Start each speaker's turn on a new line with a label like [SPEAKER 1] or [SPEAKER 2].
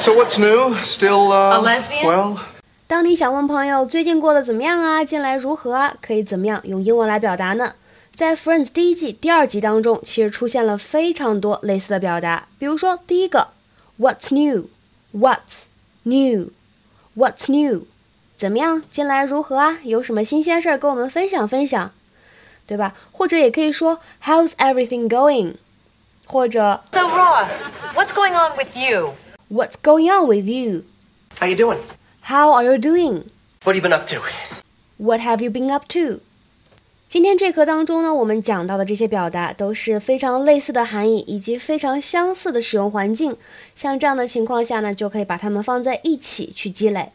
[SPEAKER 1] So what's new? Still uh,
[SPEAKER 2] A lesbian?
[SPEAKER 1] Well,
[SPEAKER 3] 当你想问朋友最近过得怎么样啊，近来如何啊，可以怎么样用英文来表达呢？在《Friends》第一季第二集当中，其实出现了非常多类似的表达。比如说，第一个，What's new？What's new？What's new？怎么样？近来如何啊？有什么新鲜事儿跟我们分享分享，对吧？或者也可以说，How's everything going？或者
[SPEAKER 2] So, Ross, what's going on with you?
[SPEAKER 3] What's going on with you？
[SPEAKER 4] How you doing?
[SPEAKER 3] How are you doing?
[SPEAKER 4] What have you been up to?
[SPEAKER 3] What have you been up to? 今天这课当中呢，我们讲到的这些表达都是非常类似的含义，以及非常相似的使用环境。像这样的情况下呢，就可以把它们放在一起去积累。